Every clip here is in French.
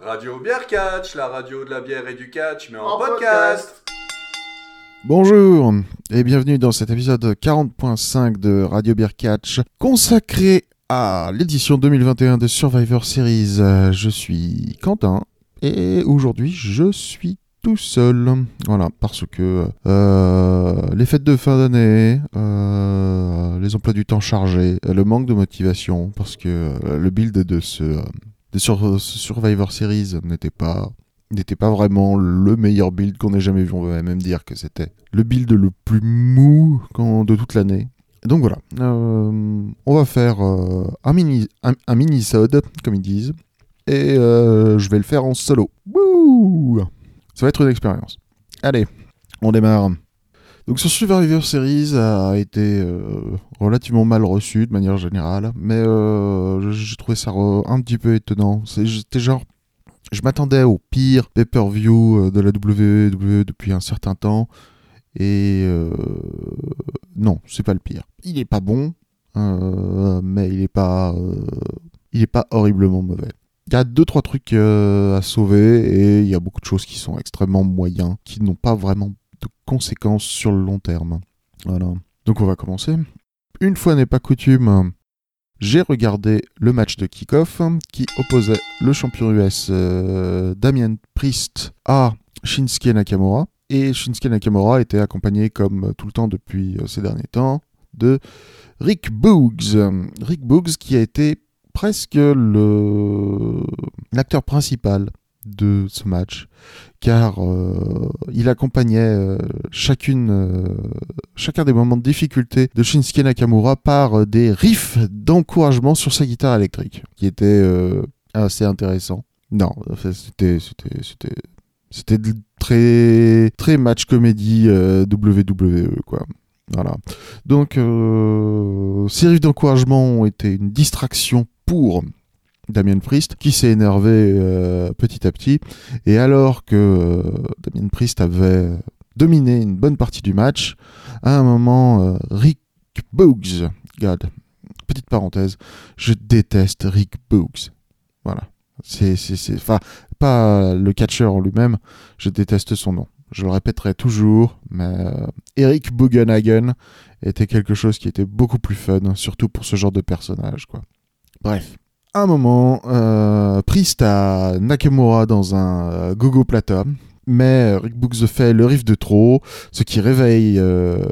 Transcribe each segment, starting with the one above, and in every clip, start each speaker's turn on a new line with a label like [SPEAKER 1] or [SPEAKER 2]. [SPEAKER 1] Radio Bière Catch, la radio de la bière et du catch, mais en,
[SPEAKER 2] En
[SPEAKER 1] podcast.
[SPEAKER 3] Bonjour et bienvenue dans cet épisode 40.5 de Radio Beer Catch consacré à l'édition 2021 de Survivor Series. Euh, Je suis Quentin et aujourd'hui je suis tout seul. Voilà, parce que euh, les fêtes de fin d'année, euh, les emplois du temps chargés, euh, le manque de motivation, parce que euh, le build de ce, euh, de sur- Survivor Series n'était pas n'était pas vraiment le meilleur build qu'on ait jamais vu. On va même dire que c'était le build le plus mou qu'en- de toute l'année. Donc voilà, Euh, on va faire euh, un mini un, un mini-sode, comme ils disent, et euh, je vais le faire en solo. Wouh Ça va être une expérience. Allez, on démarre. Donc sur Survivor Series a été euh, relativement mal reçu de manière générale, mais euh, j'ai trouvé ça re- un petit peu étonnant. C'est- C'était genre je m'attendais au pire pay-per-view euh, de la WWE depuis un certain temps. Et euh, non, c'est pas le pire. Il est pas bon, euh, mais il est pas, euh, il est pas horriblement mauvais. Il y a deux trois trucs euh, à sauver et il y a beaucoup de choses qui sont extrêmement moyens, qui n'ont pas vraiment de conséquences sur le long terme. Voilà. Donc on va commencer. Une fois n'est pas coutume, j'ai regardé le match de kick-off hein, qui opposait le champion US euh, Damien Priest à Shinsuke Nakamura. Et Shinsuke Nakamura était accompagné, comme euh, tout le temps depuis euh, ces derniers temps, de Rick Boogs. Euh, Rick Boogs qui a été presque le- l'acteur principal de ce match, car euh, il accompagnait euh, chacune, euh, chacun des moments de difficulté de Shinsuke Nakamura par euh, des riffs d'encouragement sur sa guitare électrique, qui était euh, assez intéressant. Non, enfin, c'était c'était c'était c'était de- très très match comédie euh, WWE quoi. Voilà. Donc euh, ces riffs d'encouragement ont été une distraction pour Damien Priest qui s'est énervé euh, petit à petit et alors que euh, Damien Priest avait dominé une bonne partie du match, à un moment euh, Rick Boogs, God, petite parenthèse, je déteste Rick Boogs. Voilà. C'est, c'est, c'est, enfin, pas le catcheur en lui-même, je déteste son nom. Je le répéterai toujours, mais euh, Eric Bugenhagen était quelque chose qui était beaucoup plus fun, surtout pour ce genre de personnage, quoi. Bref. À un moment, euh, Priest a Nakamura dans un euh, gogo plata, mais euh, Rick Books fait le riff de trop, ce qui réveille euh,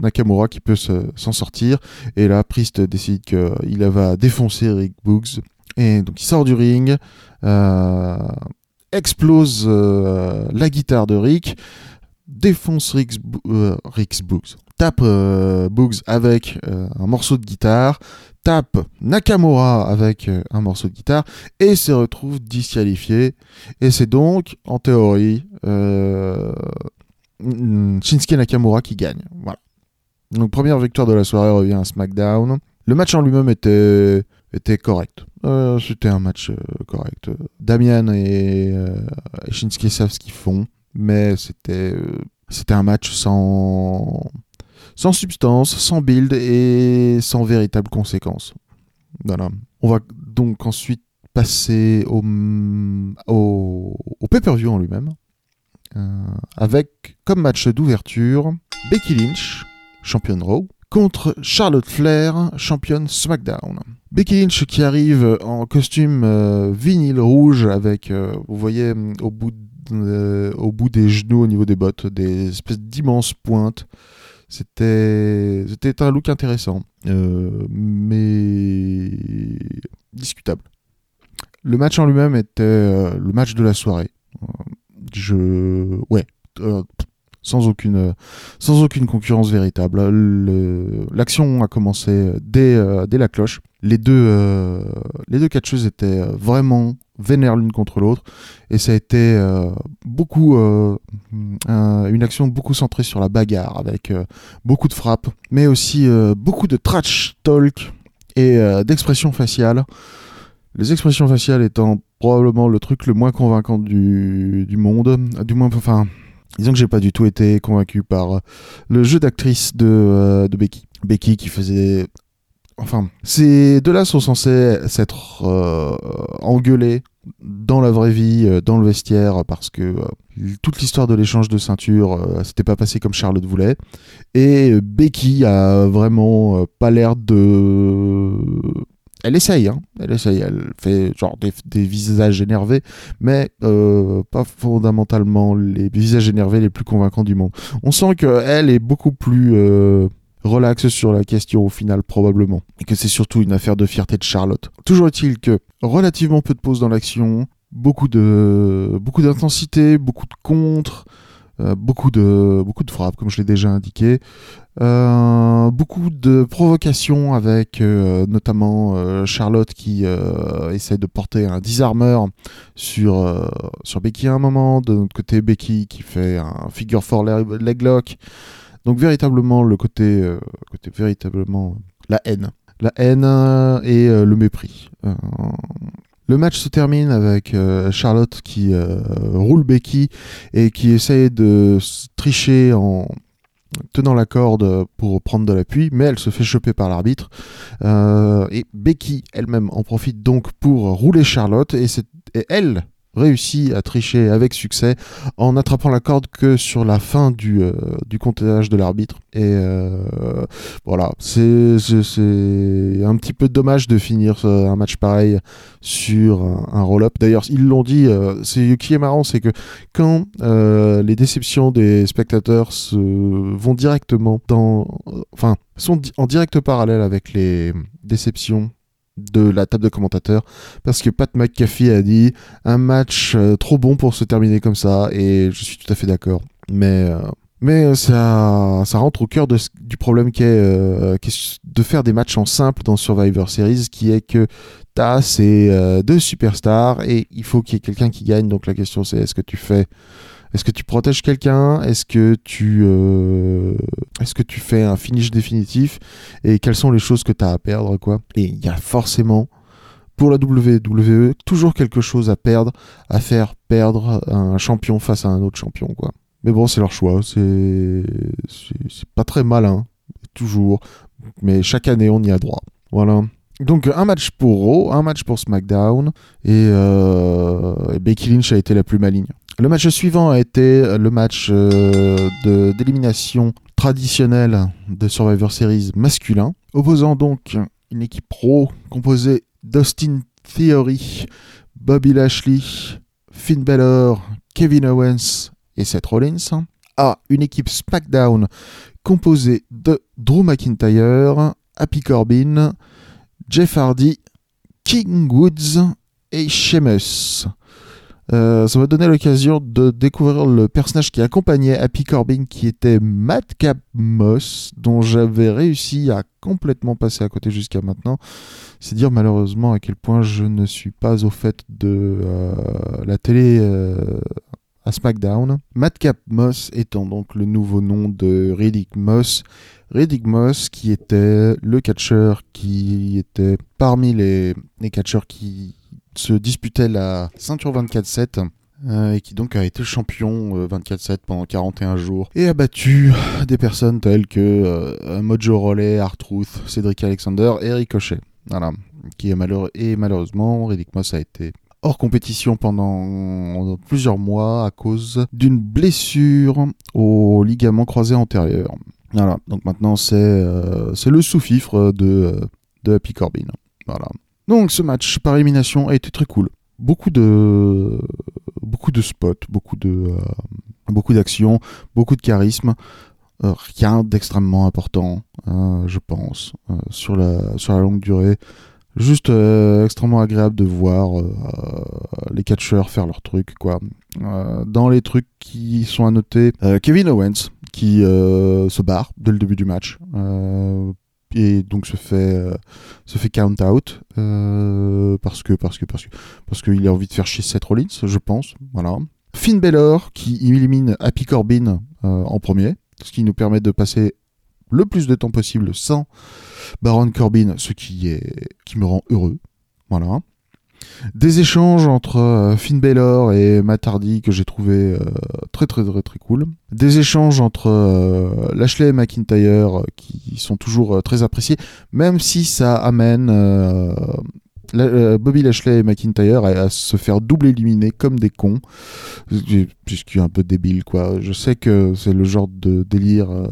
[SPEAKER 3] Nakamura qui peut se- s'en sortir. Et là, Priest décide qu'il va défoncer Rick Books. Et donc il sort du ring, euh, explose euh, la guitare de Rick, défonce Rick's, Bo- euh, Rick's Boogs, tape euh, Boogs avec euh, un morceau de guitare, tape Nakamura avec euh, un morceau de guitare et se retrouve disqualifié. Et c'est donc, en théorie, euh, mm, Shinsuke Nakamura qui gagne. Voilà. Donc première victoire de la soirée revient à SmackDown. Le match en lui-même était était correct. Euh, C'était un match euh, correct. Damian et, euh, et Shinsuke savent ce qu'ils font, mais c'était euh, c'était un match sans sans substance, sans build et sans véritable conséquence. Voilà. On va donc ensuite passer au au, au pay-per-view en lui-même, euh, avec comme match d'ouverture Becky Lynch, championne Raw, contre Charlotte Flair, championne SmackDown. Becky Lynch qui arrive en costume euh, vinyle rouge avec, euh, vous voyez, hum, au bout, de- euh, au bout des genoux, au niveau des bottes, des espèces d'immenses pointes. C'était c'était un look intéressant, euh, mais discutable. Le match en lui-même était euh, le match de la soirée. Euh, Je... Ouais. euh, sans aucune sans aucune concurrence véritable. Le- L'action a commencé dès, euh, dès la cloche. Les deux, euh, les deux catcheuses étaient euh, vraiment vénères l'une contre l'autre et ça a été euh, beaucoup euh, un- une action beaucoup centrée sur la bagarre avec euh, beaucoup de frappes mais aussi euh, beaucoup de trash talk et euh, d'expressions faciales les expressions faciales étant probablement le truc le moins convaincant du, du monde du moins enfin Disons que j'ai pas du tout été convaincu par euh, le jeu d'actrice de, euh, de Becky. Becky qui faisait. Enfin, ces deux-là sont censés s'être euh, engueulés dans la vraie vie, euh, dans le vestiaire, parce que euh, toute l'histoire de l'échange de ceinture, euh, c'était pas passé comme Charlotte voulait. Et euh, Becky a vraiment euh, pas l'air de. Elle essaye, hein. elle essaye, elle fait genre des, des visages énervés, mais euh, pas fondamentalement les visages énervés les plus convaincants du monde. On sent qu'elle est beaucoup plus euh, relaxe sur la question au final probablement, et que c'est surtout une affaire de fierté de Charlotte. Toujours est-il que relativement peu de pauses dans l'action, beaucoup de beaucoup d'intensité, beaucoup de contre, euh, beaucoup de beaucoup de frappes comme je l'ai déjà indiqué, euh, beaucoup de provocations avec euh, notamment euh, Charlotte qui euh, essaie de porter un disarmer sur euh, sur Becky à un moment, de notre côté Becky qui fait un figure four leg leg lock. Donc véritablement le côté euh, côté véritablement la haine, la haine euh, et euh, le mépris. Euh, le match se termine avec euh, Charlotte qui euh, roule Becky et qui essaye de s- tricher en tenant la corde pour prendre de l'appui, mais elle se fait choper par l'arbitre. Euh, et Becky elle-même en profite donc pour rouler Charlotte et, c'est- et elle réussit à tricher avec succès en attrapant la corde que sur la fin du, euh, du comptage de l'arbitre. Et euh, voilà, c'est c'est- c'est un petit peu dommage de finir euh, un match pareil sur un, un roll-up. D'ailleurs, ils l'ont dit, euh, c'est qui est marrant, c'est que quand euh, les déceptions des spectateurs se vont directement dans, euh, enfin, sont di- en direct parallèle avec les déceptions de la table de commentateurs, parce que Pat McAfee a dit un match euh, trop bon pour se terminer comme ça, et je suis tout à fait d'accord. Mais euh, mais euh, ça, ça rentre au cœur de ce- du problème qu'est euh, qu'est de faire des matchs en simple dans Survivor Series, qui est que t'as ces euh, deux superstars et il faut qu'il y ait quelqu'un qui gagne. Donc la question c'est est-ce que tu fais, est-ce que tu protèges quelqu'un, est-ce que tu, euh, est-ce que tu fais un finish définitif et quelles sont les choses que t'as à perdre quoi. Et il y a forcément pour la WWE toujours quelque chose à perdre, à faire perdre un champion face à un autre champion quoi. Mais bon c'est leur choix, c'est c'est c'est pas très malin toujours, mais chaque année on y a droit. Voilà. Donc un match pour Raw, un match pour SmackDown, et, euh, et Becky Lynch a été la plus maligne. Le match suivant a été le match euh, de- d'élimination traditionnelle de Survivor Series masculin, opposant donc une équipe pro composée d'Austin Theory, Bobby Lashley, Finn Balor, Kevin Owens et Seth Rollins, à une équipe SmackDown composée de Drew McIntyre, Happy Corbin, Jeff Hardy, King Woods et Sheamus. Euh, ça m'a donné l'occasion de découvrir le personnage qui accompagnait Happy Corbin, qui était Madcap Moss, dont j'avais réussi à complètement passer à côté jusqu'à maintenant. C'est dire malheureusement à quel point je ne suis pas au fait de euh, la télé euh, à SmackDown. Madcap Moss étant donc le nouveau nom de Riddick Moss, Riddick Moss, qui était le catcheur qui était parmi les, les catcheurs qui se disputaient la ceinture 24-7. euh, et qui donc a été champion euh, 24-7 pendant 41 jours et a battu des personnes telles que euh, Mojo Rawley, Artruth, Cédric Alexander et Ricochet. Voilà, qui est malheureux et malheureusement Riddick Moss a été hors compétition pendant plusieurs mois à cause d'une blessure au ligament croisé antérieur. Voilà, donc maintenant c'est euh, c'est le sous-fifre de, euh, de Happy Corbin. Voilà. Donc ce match par élimination a été très cool. Beaucoup de, beaucoup de spots, beaucoup de, euh, beaucoup d'actions, beaucoup de charisme. Euh, rien d'extrêmement important, euh, je pense, euh, sur, la, sur la longue durée. Juste euh, extrêmement agréable de voir euh, les catcheurs faire leur truc, quoi. Euh, dans les trucs qui sont à noter, euh, Kevin Owens qui euh, se barre dès le début du match euh, et donc se fait euh, se fait count out euh, parce que parce que parce que parce qu'il a envie de faire chier Seth Rollins, je pense. Voilà. Finn Balor qui élimine Happy Corbin euh, en premier, ce qui nous permet de passer le plus de temps possible sans Baron Corbin, ce qui est qui me rend heureux. Voilà des échanges entre euh, Finn Balor et Matt Hardy que j'ai trouvé euh, très très très très cool. Des échanges entre euh, Lashley et McIntyre euh, qui sont toujours euh, très appréciés, même si ça amène euh, La- euh, Bobby Lashley et McIntyre à, à se faire double éliminer comme des cons, puisqu'il est un peu débile quoi. Je sais que c'est le genre de délire euh,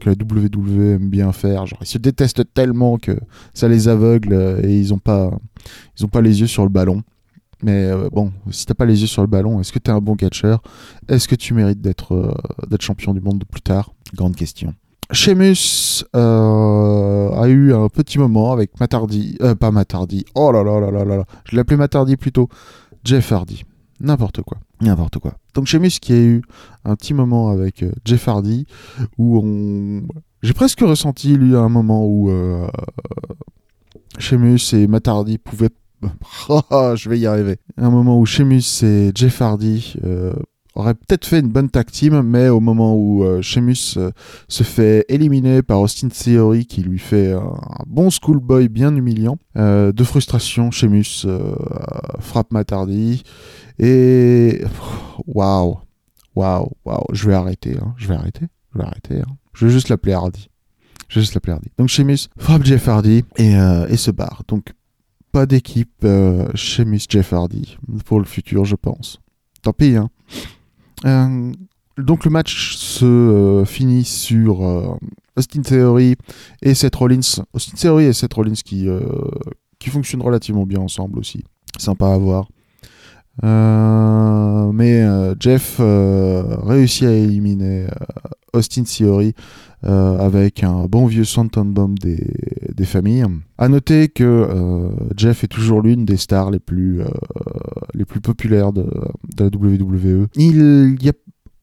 [SPEAKER 3] que la WWE aime bien faire. Genre ils se détestent tellement que ça les aveugle euh, et ils ont pas, ils ont pas les yeux sur le ballon. Mais euh, bon, si t'as pas les yeux sur le ballon, est-ce que t'es un bon catcheur Est-ce que tu mérites d'être euh, d'être champion du monde plus tard Grande question. Sheamus euh, a eu un petit moment avec Matardi, euh, pas Matardi, oh là là là là là là, je l'appelais Matardi plutôt, Jeff Hardy, n'importe quoi, n'importe quoi. Donc Sheamus qui a eu un petit moment avec euh, Jeff Hardy où on, j'ai presque ressenti lui à un moment où euh, Sheamus et Matardi pouvaient, Ah, je vais y arriver, un moment où Sheamus et Jeff Hardy euh, auraient peut-être fait une bonne tag team, mais au moment où euh, Sheamus euh, se fait éliminer par Austin Theory qui lui fait un, un bon schoolboy bien humiliant. Euh, de frustration, Sheamus euh, frappe Matardi et pff, waouh, waouh, waouh, je vais arrêter, hein. je vais arrêter, je vais arrêter. hein. Je vais juste l'appeler Hardy. Je vais juste l'appeler Hardy. Donc Sheamus frappe Jeff Hardy et, euh, et se barre. Donc pas d'équipe euh, Sheamus Jeff Hardy pour le futur, je pense. Tant pis. Hein. Euh, donc le match se euh, finit sur euh, Austin Theory et Seth Rollins. Austin Theory et Seth Rollins qui, euh, qui fonctionnent relativement bien ensemble aussi. Sympa à voir. Euh, mais euh, Jeff euh, réussit à éliminer euh, Austin Theory euh, avec un bon vieux Santon Bomb des, des familles. À noter que euh, Jeff est toujours l'une des stars les plus, euh, les plus populaires de, de la WWE. Il y a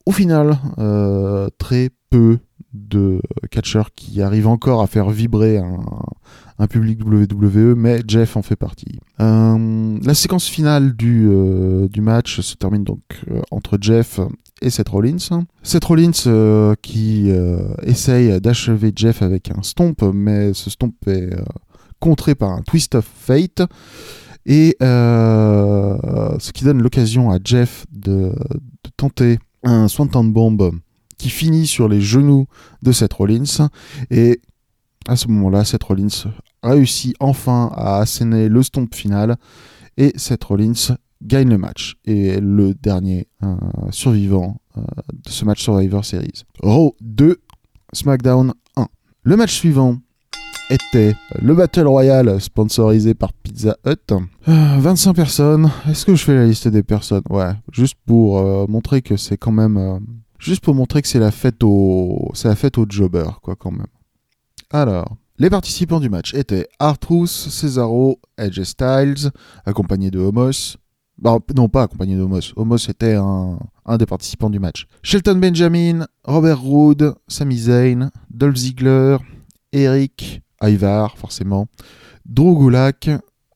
[SPEAKER 3] au final, euh, très peu de catcheurs qui arrivent encore à faire vibrer un, un public WWE, mais Jeff en fait partie. Euh, la séquence finale du, euh, du match se termine donc euh, entre Jeff et Seth Rollins. Seth Rollins euh, qui euh, essaye d'achever Jeff avec un stomp, mais ce stomp est euh, contré par un twist of fate. Et euh, ce qui donne l'occasion à Jeff de, de tenter un Swanton Bomb qui finit sur les genoux de Seth Rollins. Et à ce moment-là, Seth Rollins réussit enfin à asséner le stomp final. Et Seth Rollins gagne le match et est le dernier euh, survivant euh, de ce match Survivor Series. Raw 2, SmackDown 1. Le match suivant était le Battle Royale sponsorisé par Pizza Hut. Euh, 25 personnes. Est-ce que je fais la liste des personnes Ouais, juste pour euh, montrer que c'est quand même euh, juste pour montrer que c'est la fête au c'est la fête aux jobbers quoi quand même. Alors, les participants du match étaient Artrus, Cesaro, Edge et Styles accompagnés de Homos. Bah, non, pas accompagné d'Homos. Homos était un, un des participants du match. Shelton Benjamin, Robert Roode, Sami Zayn, Dolph Ziggler, Eric, Ivar, forcément, Drew Gulak,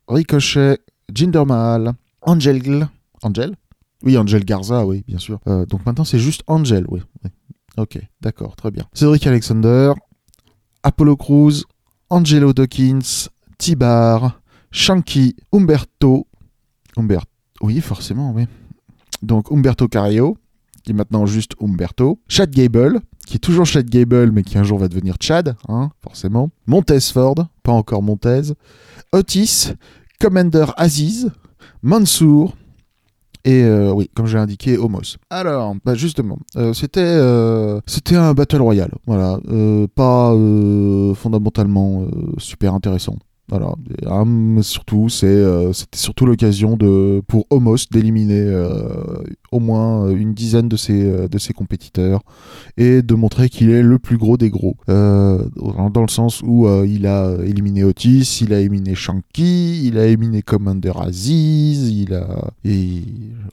[SPEAKER 3] Ricochet, Jinder Mahal, Angel. Gl- Angel Oui, Angel Garza, oui, bien sûr. Euh, donc maintenant, c'est juste Angel, oui. oui. Ok, d'accord, très bien. Cédric Alexander, Apollo Cruz, Angelo Dawkins, Tibar, Shanky, Umberto. Umberto, oui, forcément, oui. Donc Umberto Carrillo, qui est maintenant juste Umberto. Chad Gable, qui est toujours Chad Gable, mais qui un jour va devenir Chad, hein, forcément. Montez Ford, pas encore Montez. Otis, Commander Aziz, Mansour, et euh, oui, comme j'ai indiqué, Homos. Alors, bah justement, euh, c'était euh, c'était un Battle Royale, voilà, euh, pas euh, fondamentalement euh, super intéressant. Voilà, Et, ah, mais surtout, c'est, euh, c'était surtout l'occasion de, pour Homos d'éliminer euh, au moins une dizaine de ses, euh, de ses compétiteurs et de montrer qu'il est le plus gros des gros. Euh, dans dans le sens où euh, il a éliminé Otis, il a éliminé Shanky, il a éliminé Commander Aziz, il a. Et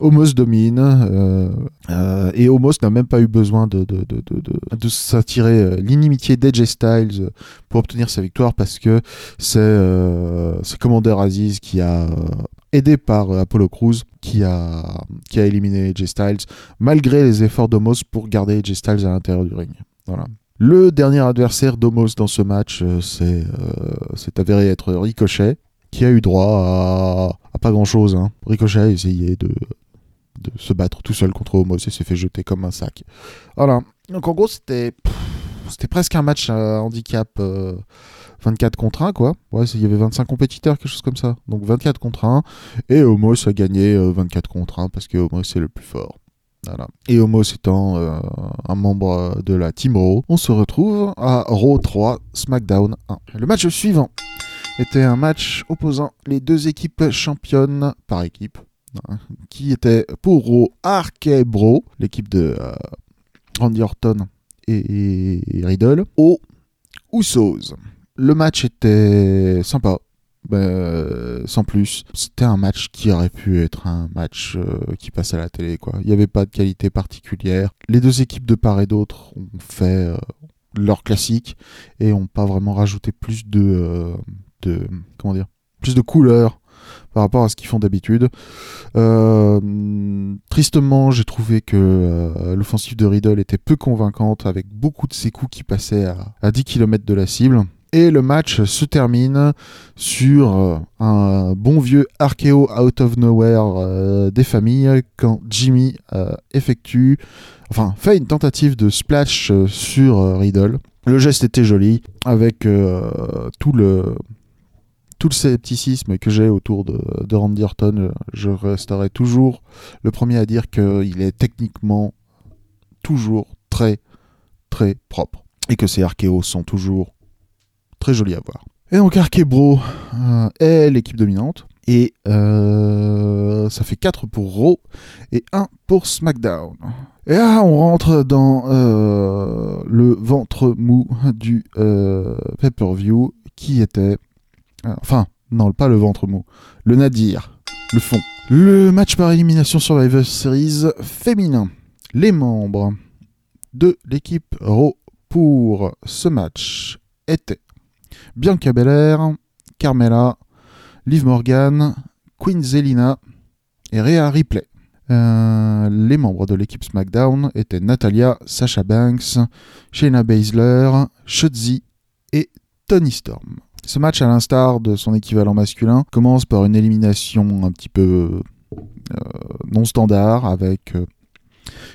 [SPEAKER 3] Homos domine, euh, euh, et Homos n'a même pas eu besoin de, de, de, de, de, de s'attirer euh, l'inimitié d'Edge Styles euh, pour obtenir sa victoire parce que c'est euh, c'est Commander Aziz qui a. euh, aidé par euh, Apollo Crews qui a, qui a éliminé Edge Styles malgré les efforts d'Omos pour garder AJ Styles à l'intérieur du ring. Voilà. Le dernier adversaire d'Omos dans ce match, euh, c'est euh, s'est avéré être Ricochet, qui a eu droit à, à pas grand chose. Ricochet a essayé de, de se battre tout seul contre Omos et s'est fait jeter comme un sac. Voilà. Donc en gros, c'était pff, c'était presque un match à handicap euh, 24 contre 1, quoi. Ouais, c'est- il y avait 25 compétiteurs, quelque chose comme ça. Donc 24 contre 1. Et Homos a gagné euh, 24 contre 1 parce que Homos est le plus fort. Voilà. Et Homos étant euh, un membre euh, de la Team Raw, on se retrouve à Raw 3, SmackDown 1. Le match suivant était un match opposant les deux équipes championnes par équipe, hein, qui était pour Raw Arcade Bro, l'équipe de euh, Randy Orton et, et Riddle, aux Usos. Le match était sympa. euh, sans plus, c'était un match qui aurait pu être un match euh, qui passe à la télé. Quoi. Il n'y avait pas de qualité particulière. Les deux équipes de part et d'autre ont fait euh, leur classique et n'ont pas vraiment rajouté plus de, euh, de comment dire, plus de couleurs par rapport à ce qu'ils font d'habitude. Euh, tristement, j'ai trouvé que euh, l'offensive de Riddle était peu convaincante, avec beaucoup de ses coups qui passaient à, à 10 km de la cible. Et le match se termine sur euh, un bon vieux archéo out of nowhere euh, des familles quand Jimmy euh, effectue, enfin fait une tentative de splash euh, sur euh, Riddle. Le geste était joli, avec euh, tout le tout le scepticisme que j'ai autour de, de Randy Orton, euh, je resterai toujours le premier à dire qu'il est techniquement toujours très, très propre. Et que ses archéos sont toujours très jolis à voir. Et donc Archebro euh, est l'équipe dominante. Et euh, ça fait 4 pour Raw et 1 pour SmackDown. Et là, on rentre dans euh, le ventre mou du euh, pay-per-view qui était euh, Enfin, non, pas le ventre mou. Le nadir. Le fond. Le match par élimination Survivor Series féminin. Les membres de l'équipe Raw pour ce match étaient Bianca Belair, Carmela, Liv Morgan, Queen Zelina et Rhea Ripley. Euh, les membres de l'équipe SmackDown étaient Natalia, Sasha Banks, Shayna Baszler, Shotzi et Tony Storm. Ce match, à l'instar de son équivalent masculin, commence par une élimination un petit peu euh, non standard avec euh,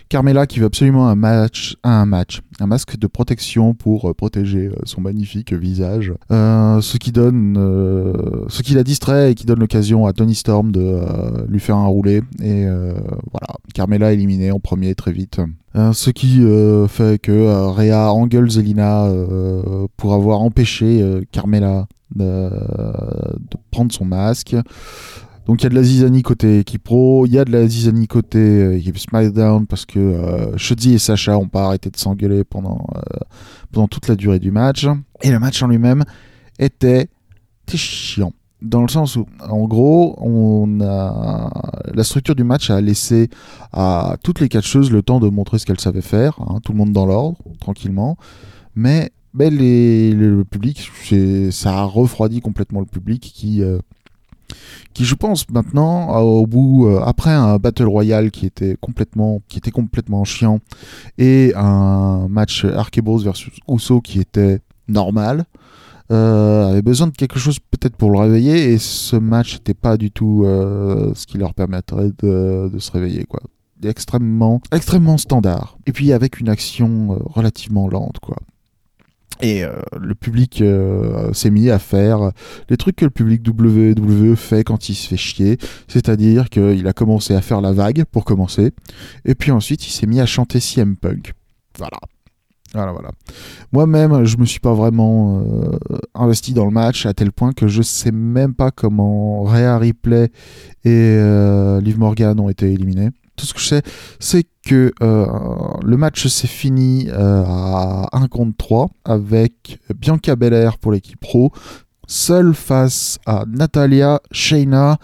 [SPEAKER 3] Carmela qui veut absolument un match, un match, un masque de protection pour euh, protéger euh, son magnifique visage, Euh, ce qui donne, euh, ce qui la distrait et qui donne l'occasion à Tony Storm de euh, lui faire un roulé et euh, voilà, Carmela éliminée en premier très vite. Euh, ce qui euh, fait que euh, Rhea engueule Zelina euh, pour avoir empêché euh, Carmela de, de prendre son masque. Donc il y a de la zizanie côté équipe pro, il y a de la zizanie côté euh, équipe SmackDown parce que euh, Shotzi et Sacha ont pas arrêté de s'engueuler pendant, euh, pendant toute la durée du match. Et le match en lui-même était, était chiant. Dans le sens où, en gros, on a... la structure du match a laissé à toutes les catcheuses le temps de montrer ce qu'elles savaient faire, hein, tout le monde dans l'ordre, tranquillement. Mais ben, les- le le public, c'est- ça a refroidi complètement le public qui, euh, qui je pense maintenant, a- au bout, euh, après un Battle Royale qui était complètement, qui était complètement chiant et un match Archibos versus Uso qui était normal, euh, avait besoin de quelque chose peut-être pour le réveiller et ce match n'était pas du tout euh, ce qui leur permettrait de, de se réveiller quoi extrêmement extrêmement standard et puis avec une action euh, relativement lente quoi et euh, le public euh, s'est mis à faire les trucs que le public WWE fait quand il se fait chier, c'est-à-dire qu'il a commencé à faire la vague pour commencer, et puis ensuite il s'est mis à chanter CM Punk. Voilà. Voilà, voilà. Moi-même, je me suis pas vraiment euh, investi dans le match à tel point que je sais même pas comment Rhea Ripley et euh, Liv Morgan ont été éliminés. Tout ce que je sais, c'est que euh, le match s'est fini euh, à 1 contre 3 avec Bianca Belair pour l'équipe pro, seule face à Natalia, Shayna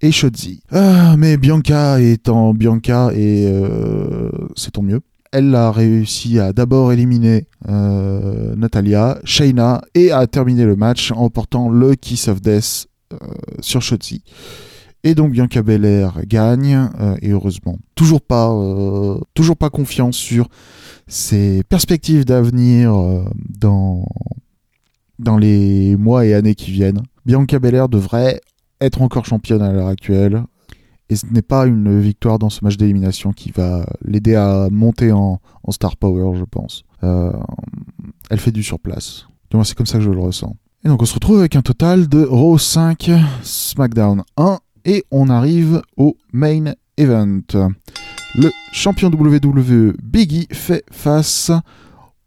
[SPEAKER 3] et Shotzi. Ah, mais Bianca étant Bianca, et euh, c'est tant mieux. Elle a réussi à d'abord éliminer euh, Natalia, Shayna et à terminer le match en portant le Kiss of Death euh, sur Shotzi. Et donc Bianca Belair gagne, euh, et heureusement. Toujours pas, euh, toujours pas confiant sur ses perspectives d'avenir euh, dans, dans les mois et années qui viennent. Bianca Belair devrait être encore championne à l'heure actuelle. Et ce n'est pas une victoire dans ce match d'élimination qui va l'aider à monter en, en star power, je pense. Euh, elle fait du surplace. Du moins, c'est comme ça que je le ressens. Et donc on se retrouve avec un total de Raw 5, SmackDown 1, et on arrive au main event. Le champion WWE Biggie fait face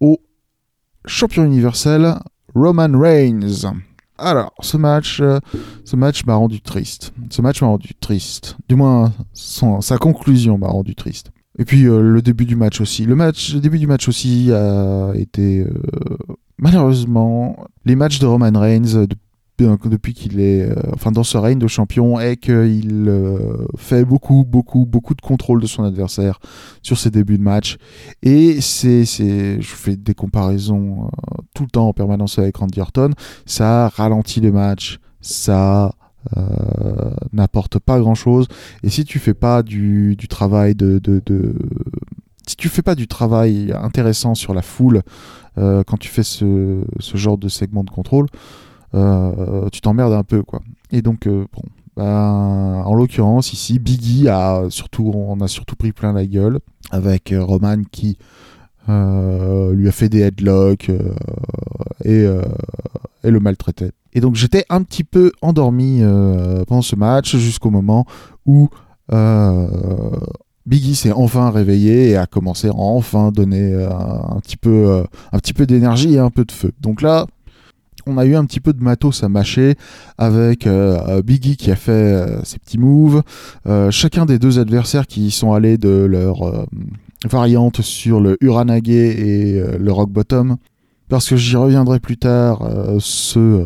[SPEAKER 3] au champion universel Roman Reigns. Alors, ce match, euh, ce match m'a rendu triste. Ce match m'a rendu triste. Du moins, son- sa conclusion m'a rendu triste. Et puis euh, le début du match aussi. Le match, le début du match aussi a été euh, malheureusement les matchs de Roman Reigns euh, de- euh, depuis qu'il est, euh, enfin dans ce règne de champion, est qu'il euh, fait beaucoup, beaucoup, beaucoup de contrôle de son adversaire sur ses débuts de match. Et c'est, c'est, je fais des comparaisons euh, tout le temps en permanence avec Randy Orton. Ça ralentit le match, ça euh, n'apporte pas grand-chose. Et si tu fais pas du, du travail de, de, de- si tu fais pas du travail intéressant sur la foule euh, quand tu fais ce, ce genre de segment de contrôle, euh, tu t'emmerdes un peu quoi. Et donc euh, bon, ben, en l'occurrence ici, Biggie a surtout, on a surtout pris plein la gueule avec euh, Roman qui euh, lui a fait des headlocks euh, et, euh, et le maltraitait. Et donc j'étais un petit peu endormi euh, pendant ce match jusqu'au moment où euh, Biggie s'est enfin réveillé et a commencé à enfin donner euh, un petit peu, euh, un petit peu d'énergie et un peu de feu. Donc là, on a eu un petit peu de matos à mâcher avec euh, Biggie qui a fait euh, ses petits moves. Euh, chacun des deux adversaires qui sont allés de leur euh, variante sur le Uranage et euh, le Rock Bottom. Parce que j'y reviendrai plus tard, euh, ce euh,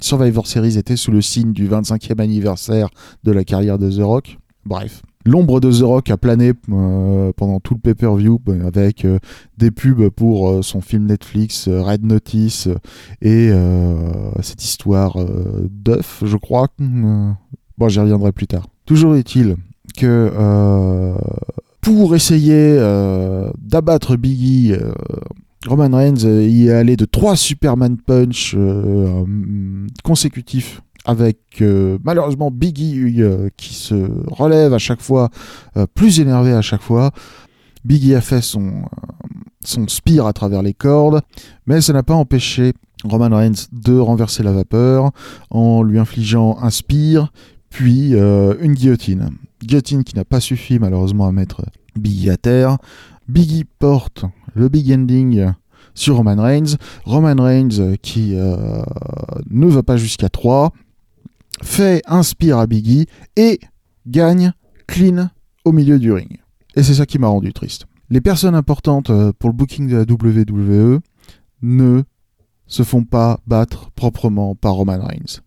[SPEAKER 3] Survivor Series était sous le signe du 25e anniversaire de la carrière de The Rock. Bref. L'ombre de The Rock a plané euh, pendant tout le pay-per-view euh, avec euh, des pubs pour euh, son film Netflix, euh, Red Notice, euh, et euh, cette histoire euh, d'œuf, je crois. Euh, bon, j'y reviendrai plus tard. Toujours est-il que euh, pour essayer euh, d'abattre Biggie, euh, Roman Reigns euh, y est allé de trois Superman Punch euh, hum, consécutifs. Avec euh, malheureusement Biggie qui se relève à chaque fois, euh, plus énervé à chaque fois. Biggie a fait son, euh, son spire à travers les cordes, mais ça n'a pas empêché Roman Reigns de renverser la vapeur en lui infligeant un spire, puis euh, une guillotine. Guillotine qui n'a pas suffi malheureusement à mettre Biggie à terre. Biggie porte le big ending sur Roman Reigns. Roman Reigns euh, qui euh, ne va pas jusqu'à 3, fait inspire à Biggie et gagne clean au milieu du ring. Et c'est ça qui m'a rendu triste. Les personnes importantes euh, pour le booking de la WWE ne se font pas battre proprement par Roman Reigns.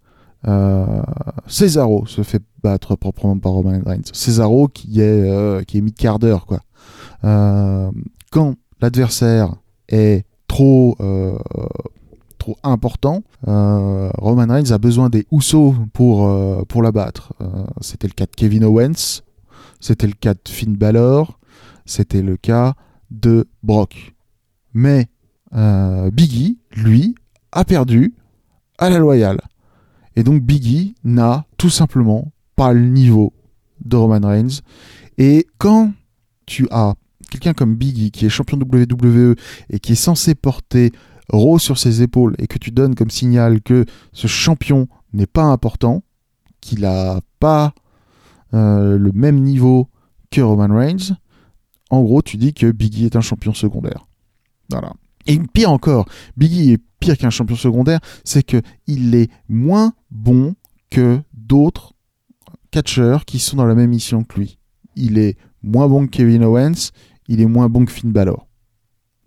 [SPEAKER 3] Euh, Cesaro se fait battre proprement par Roman Reigns. Cesaro qui est, euh, qui est mis de quart d'heure, quoi. Euh, quand l'adversaire est trop, euh, trop important, euh, Roman Reigns a besoin des Housseaux pour, euh, pour l'abattre. Euh, c'était le cas de Kevin Owens, c'était le cas de Finn Balor, c'était le cas de Brock. Mais euh, Biggie, lui, a perdu à la loyale. Et donc Biggie n'a tout simplement pas le niveau de Roman Reigns. Et quand tu as quelqu'un comme Biggie qui est champion E WWE et qui est censé porter Raw sur ses épaules et que tu donnes comme signal que ce champion n'est pas important, qu'il n'a pas euh, le même niveau que Roman Reigns, en gros tu dis que Biggie est un champion secondaire. Voilà. Et pire encore, Biggie est pire qu'un champion secondaire, c'est que il est moins bon que d'autres catcheurs qui sont dans la même mission que lui. Il est moins bon que Kevin Owens, il est moins bon que Finn Balor.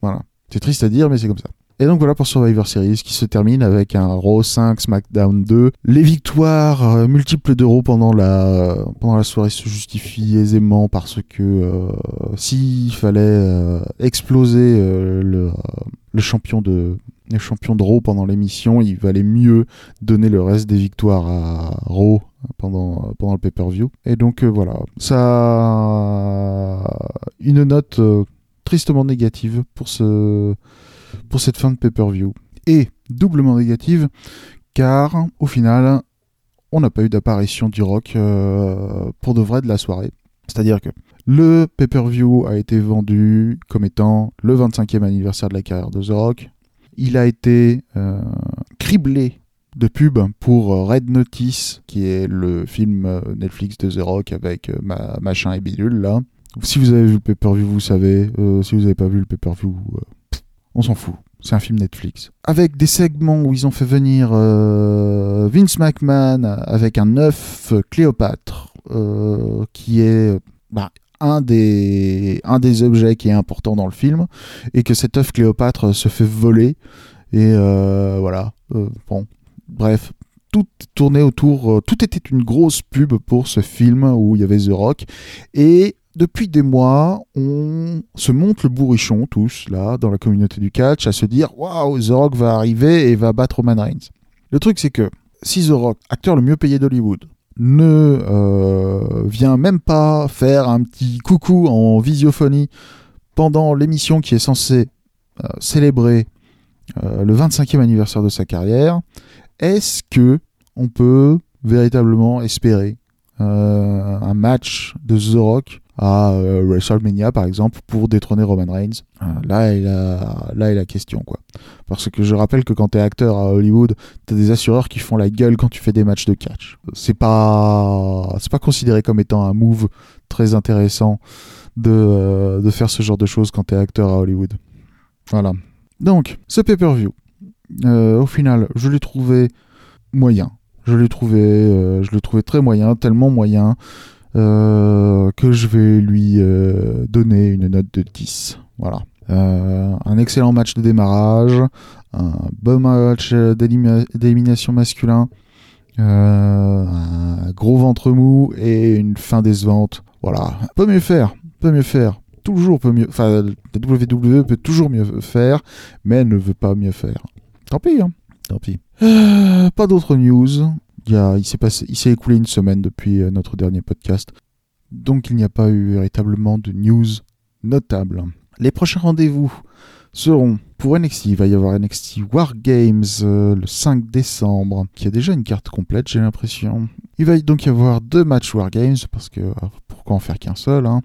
[SPEAKER 3] Voilà. C'est triste à dire, mais c'est comme ça. Et donc voilà pour Survivor Series qui se termine avec un Raw 5, SmackDown 2. Les victoires euh, multiples d'euros pendant la, pendant la soirée se justifient aisément parce que euh, s'il fallait euh, exploser euh, le, euh, le champion de le champion de Raw pendant l'émission, il valait mieux donner le reste des victoires à Raw pendant, pendant le pay-per-view. Et donc euh, voilà, ça une note euh, tristement négative pour, ce, pour cette fin de pay-per-view. Et doublement négative, car au final, on n'a pas eu d'apparition du rock euh, pour de vrai de la soirée. C'est-à-dire que le pay-per-view a été vendu comme étant le 25e anniversaire de la carrière de The Rock. Il a été euh, criblé de pub pour euh, Red Notice, qui est le film euh, Netflix de The Rock avec euh, ma- machin et bidule là. Si vous avez vu le pay-per-view, vous savez. Euh, si vous n'avez pas vu le pay-per-view, euh, pff, on s'en fout. C'est un film Netflix. Avec des segments où ils ont fait venir euh, Vince McMahon avec un œuf Cléopâtre, euh, qui est bah, un, des, un des objets qui est important dans le film, et que cet œuf Cléopâtre se fait voler. Et euh, voilà. Euh, bon, bref, tout tournait autour, euh, tout était une grosse pub pour ce film où il y avait The Rock. Et depuis des mois, on se monte le bourrichon, tous, là, dans la communauté du catch, à se dire Waouh, The Rock va arriver et va battre Roman Reigns. Le truc, c'est que si The Rock, acteur le mieux payé d'Hollywood, ne euh, vient même pas faire un petit coucou en visiophonie pendant l'émission qui est censée euh, célébrer euh, le 25e anniversaire de sa carrière, est-ce que on peut véritablement espérer euh, un match de The Rock à euh, WrestleMania par exemple pour détrôner Roman Reigns Euh, Là est la, là est la question quoi. Parce que je rappelle que quand t'es acteur à Hollywood, t'as des assureurs qui font la gueule quand tu fais des matchs de catch. C'est pas c'est pas considéré comme étant un move très intéressant de, euh, de faire ce genre de choses quand t'es acteur à Hollywood. Voilà. Donc ce pay-per-view, euh, au final, je l'ai trouvé moyen. Je l'ai trouvé, euh, je l'ai trouvé très moyen, tellement moyen euh, que je vais lui euh, donner une note de 10. Voilà. Euh, un excellent match de démarrage, un bon match euh, d'élimi- d'élimination masculin, euh, un gros ventre mou et une fin décevante. Voilà. Peut mieux faire, peut mieux faire. Toujours peut mieux. Enfin, la WWE peut toujours mieux faire, mais elle ne veut pas mieux faire. Tant pis, hein. Tant pis. Euh, pas d'autres news. Il, y a- il s'est passé- il s'est écoulé une semaine depuis euh, notre dernier podcast. Donc il n'y a pas eu véritablement de news notables. Les prochains rendez-vous seront pour NXT. Il va y avoir NXT War Games euh, le 5 décembre, qui a déjà une carte complète, j'ai l'impression. Il va y- donc y avoir deux matchs War Games, parce que euh, pourquoi en faire qu'un seul hein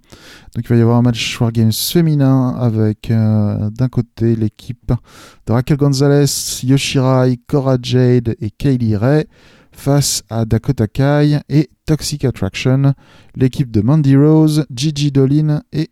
[SPEAKER 3] Donc il va y avoir un match War Games féminin avec euh, d'un côté l'équipe de Raquel Gonzalez, Yoshirai, Cora Jade et Kaylee Ray face à Dakota Kai et Toxic Attraction, l'équipe de Mandy Rose, Gigi Dolin et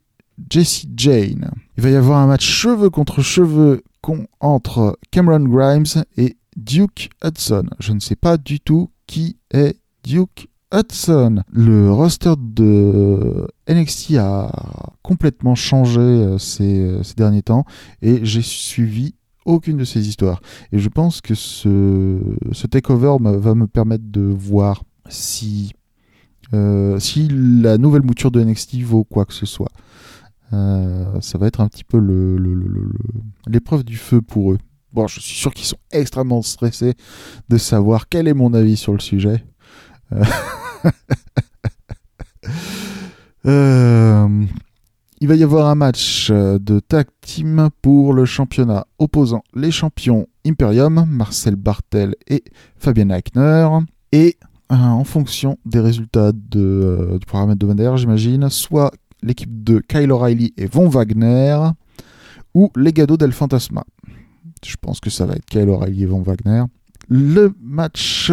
[SPEAKER 3] Jessie Jane. Il va y avoir un match cheveux contre cheveux con- entre Cameron Grimes et Duke Hudson. Je ne sais pas du tout qui est Duke Hudson. Le roster de NXT a complètement changé euh, ces- ces derniers temps et j'ai suivi aucune de ces histoires. Et je pense que ce, ce takeover me- va me permettre de voir si, euh, si la nouvelle mouture de NXT vaut quoi que ce soit. Euh, ça va être un petit peu le- le- le- le- le- l'épreuve du feu pour eux. Bon, je suis sûr qu'ils sont extrêmement stressés de savoir quel est mon avis sur le sujet. Euh, euh, il va y avoir un match euh, de tag team pour le championnat opposant les champions Imperium, Marcel Bartel et Fabien Eichner. Et euh, en fonction des résultats de, euh, du programme hebdomadaire, j'imagine, soit l'équipe de Kyle O'Reilly et Von Wagner, ou les gados d'El Fantasma. Je pense que ça va être Kyle O'Reilly et Von Wagner. Le match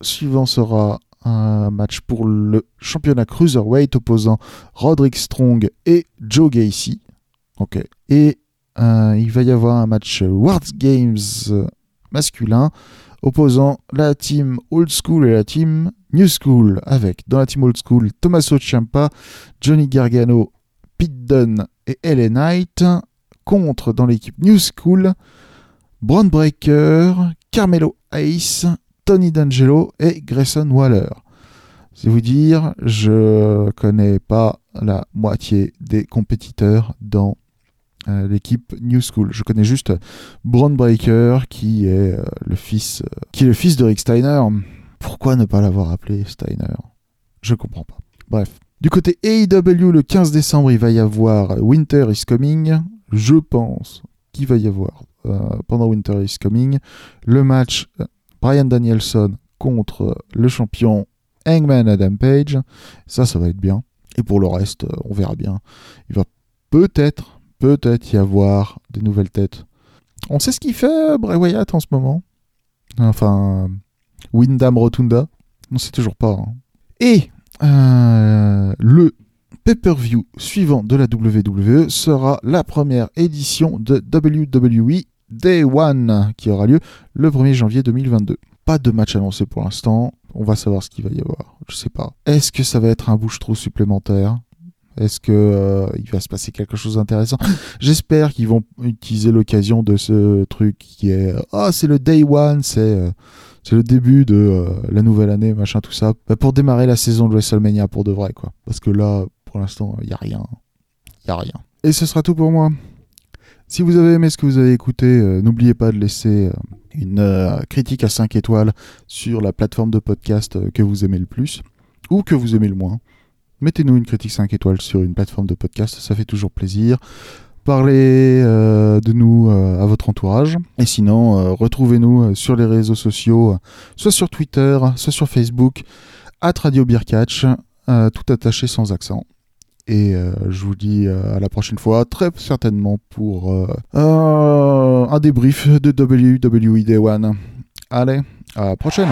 [SPEAKER 3] suivant sera un match pour le championnat Cruiserweight opposant Roderick Strong et Joe Gacy. Ok. Et euh, il va y avoir un match World Games euh, masculin opposant la team Old School et la team New School avec dans la team Old School Tommaso Ciampa, Johnny Gargano, Pete Dunne et LA Knight contre dans l'équipe New School Braun Breaker, Carmelo Hayes, Tony D'Angelo et Grayson Waller. C'est vous dire, je connais pas la moitié des compétiteurs dans euh, l'équipe New School. Je connais juste Braun Breaker qui est euh, le fils euh, qui est le fils de Rick Steiner. Pourquoi ne pas l'avoir appelé Steiner Je comprends pas. Bref. Du côté AEW le 15 décembre, il va y avoir Winter is Coming. Je pense qu'il va y avoir euh, pendant Winter is Coming le match euh, Brian Danielson contre le champion Hangman Adam Page. Ça, ça va être bien. Et pour le reste, euh, on verra bien. Il va peut-être, peut-être y avoir des nouvelles têtes. On sait ce qu'il fait, euh, Bray Wyatt, en ce moment. Enfin, Windham Rotunda. On sait toujours pas. hein. Et euh, le pay-per-view suivant de la WWE sera la première édition de WWE Day One qui aura lieu le 1er janvier 2022. Pas de match annoncé pour l'instant. On va savoir ce qu'il va y avoir. Je sais pas. Est-ce que ça va être un bouche-trou supplémentaire Est-ce que euh, il va se passer quelque chose d'intéressant J'espère qu'ils vont utiliser l'occasion de ce truc qui est ah c'est le day one, c'est euh, c'est le début de euh, la nouvelle année, machin tout ça, Bah, pour démarrer la saison de WrestleMania pour de vrai quoi. Parce que là, pour l'instant, il y a rien, il y a rien. Et ce sera tout pour moi. Si vous avez aimé ce que vous avez écouté, euh, n'oubliez pas de laisser euh, une euh, critique à 5 étoiles sur la plateforme de podcast euh, que vous aimez le plus ou que vous aimez le moins. Mettez-nous une critique 5 étoiles sur une plateforme de podcast, ça fait toujours plaisir. Parlez euh, de nous euh, à votre entourage. Et sinon, euh, retrouvez-nous euh, sur les réseaux sociaux, euh, soit sur Twitter, soit sur Facebook, à Radio Beer Catch, euh, tout attaché sans accent. Et euh, je vous dis euh, à la prochaine fois, très certainement pour euh, E euh, un débrief de WWE Day One. Allez, à la prochaine!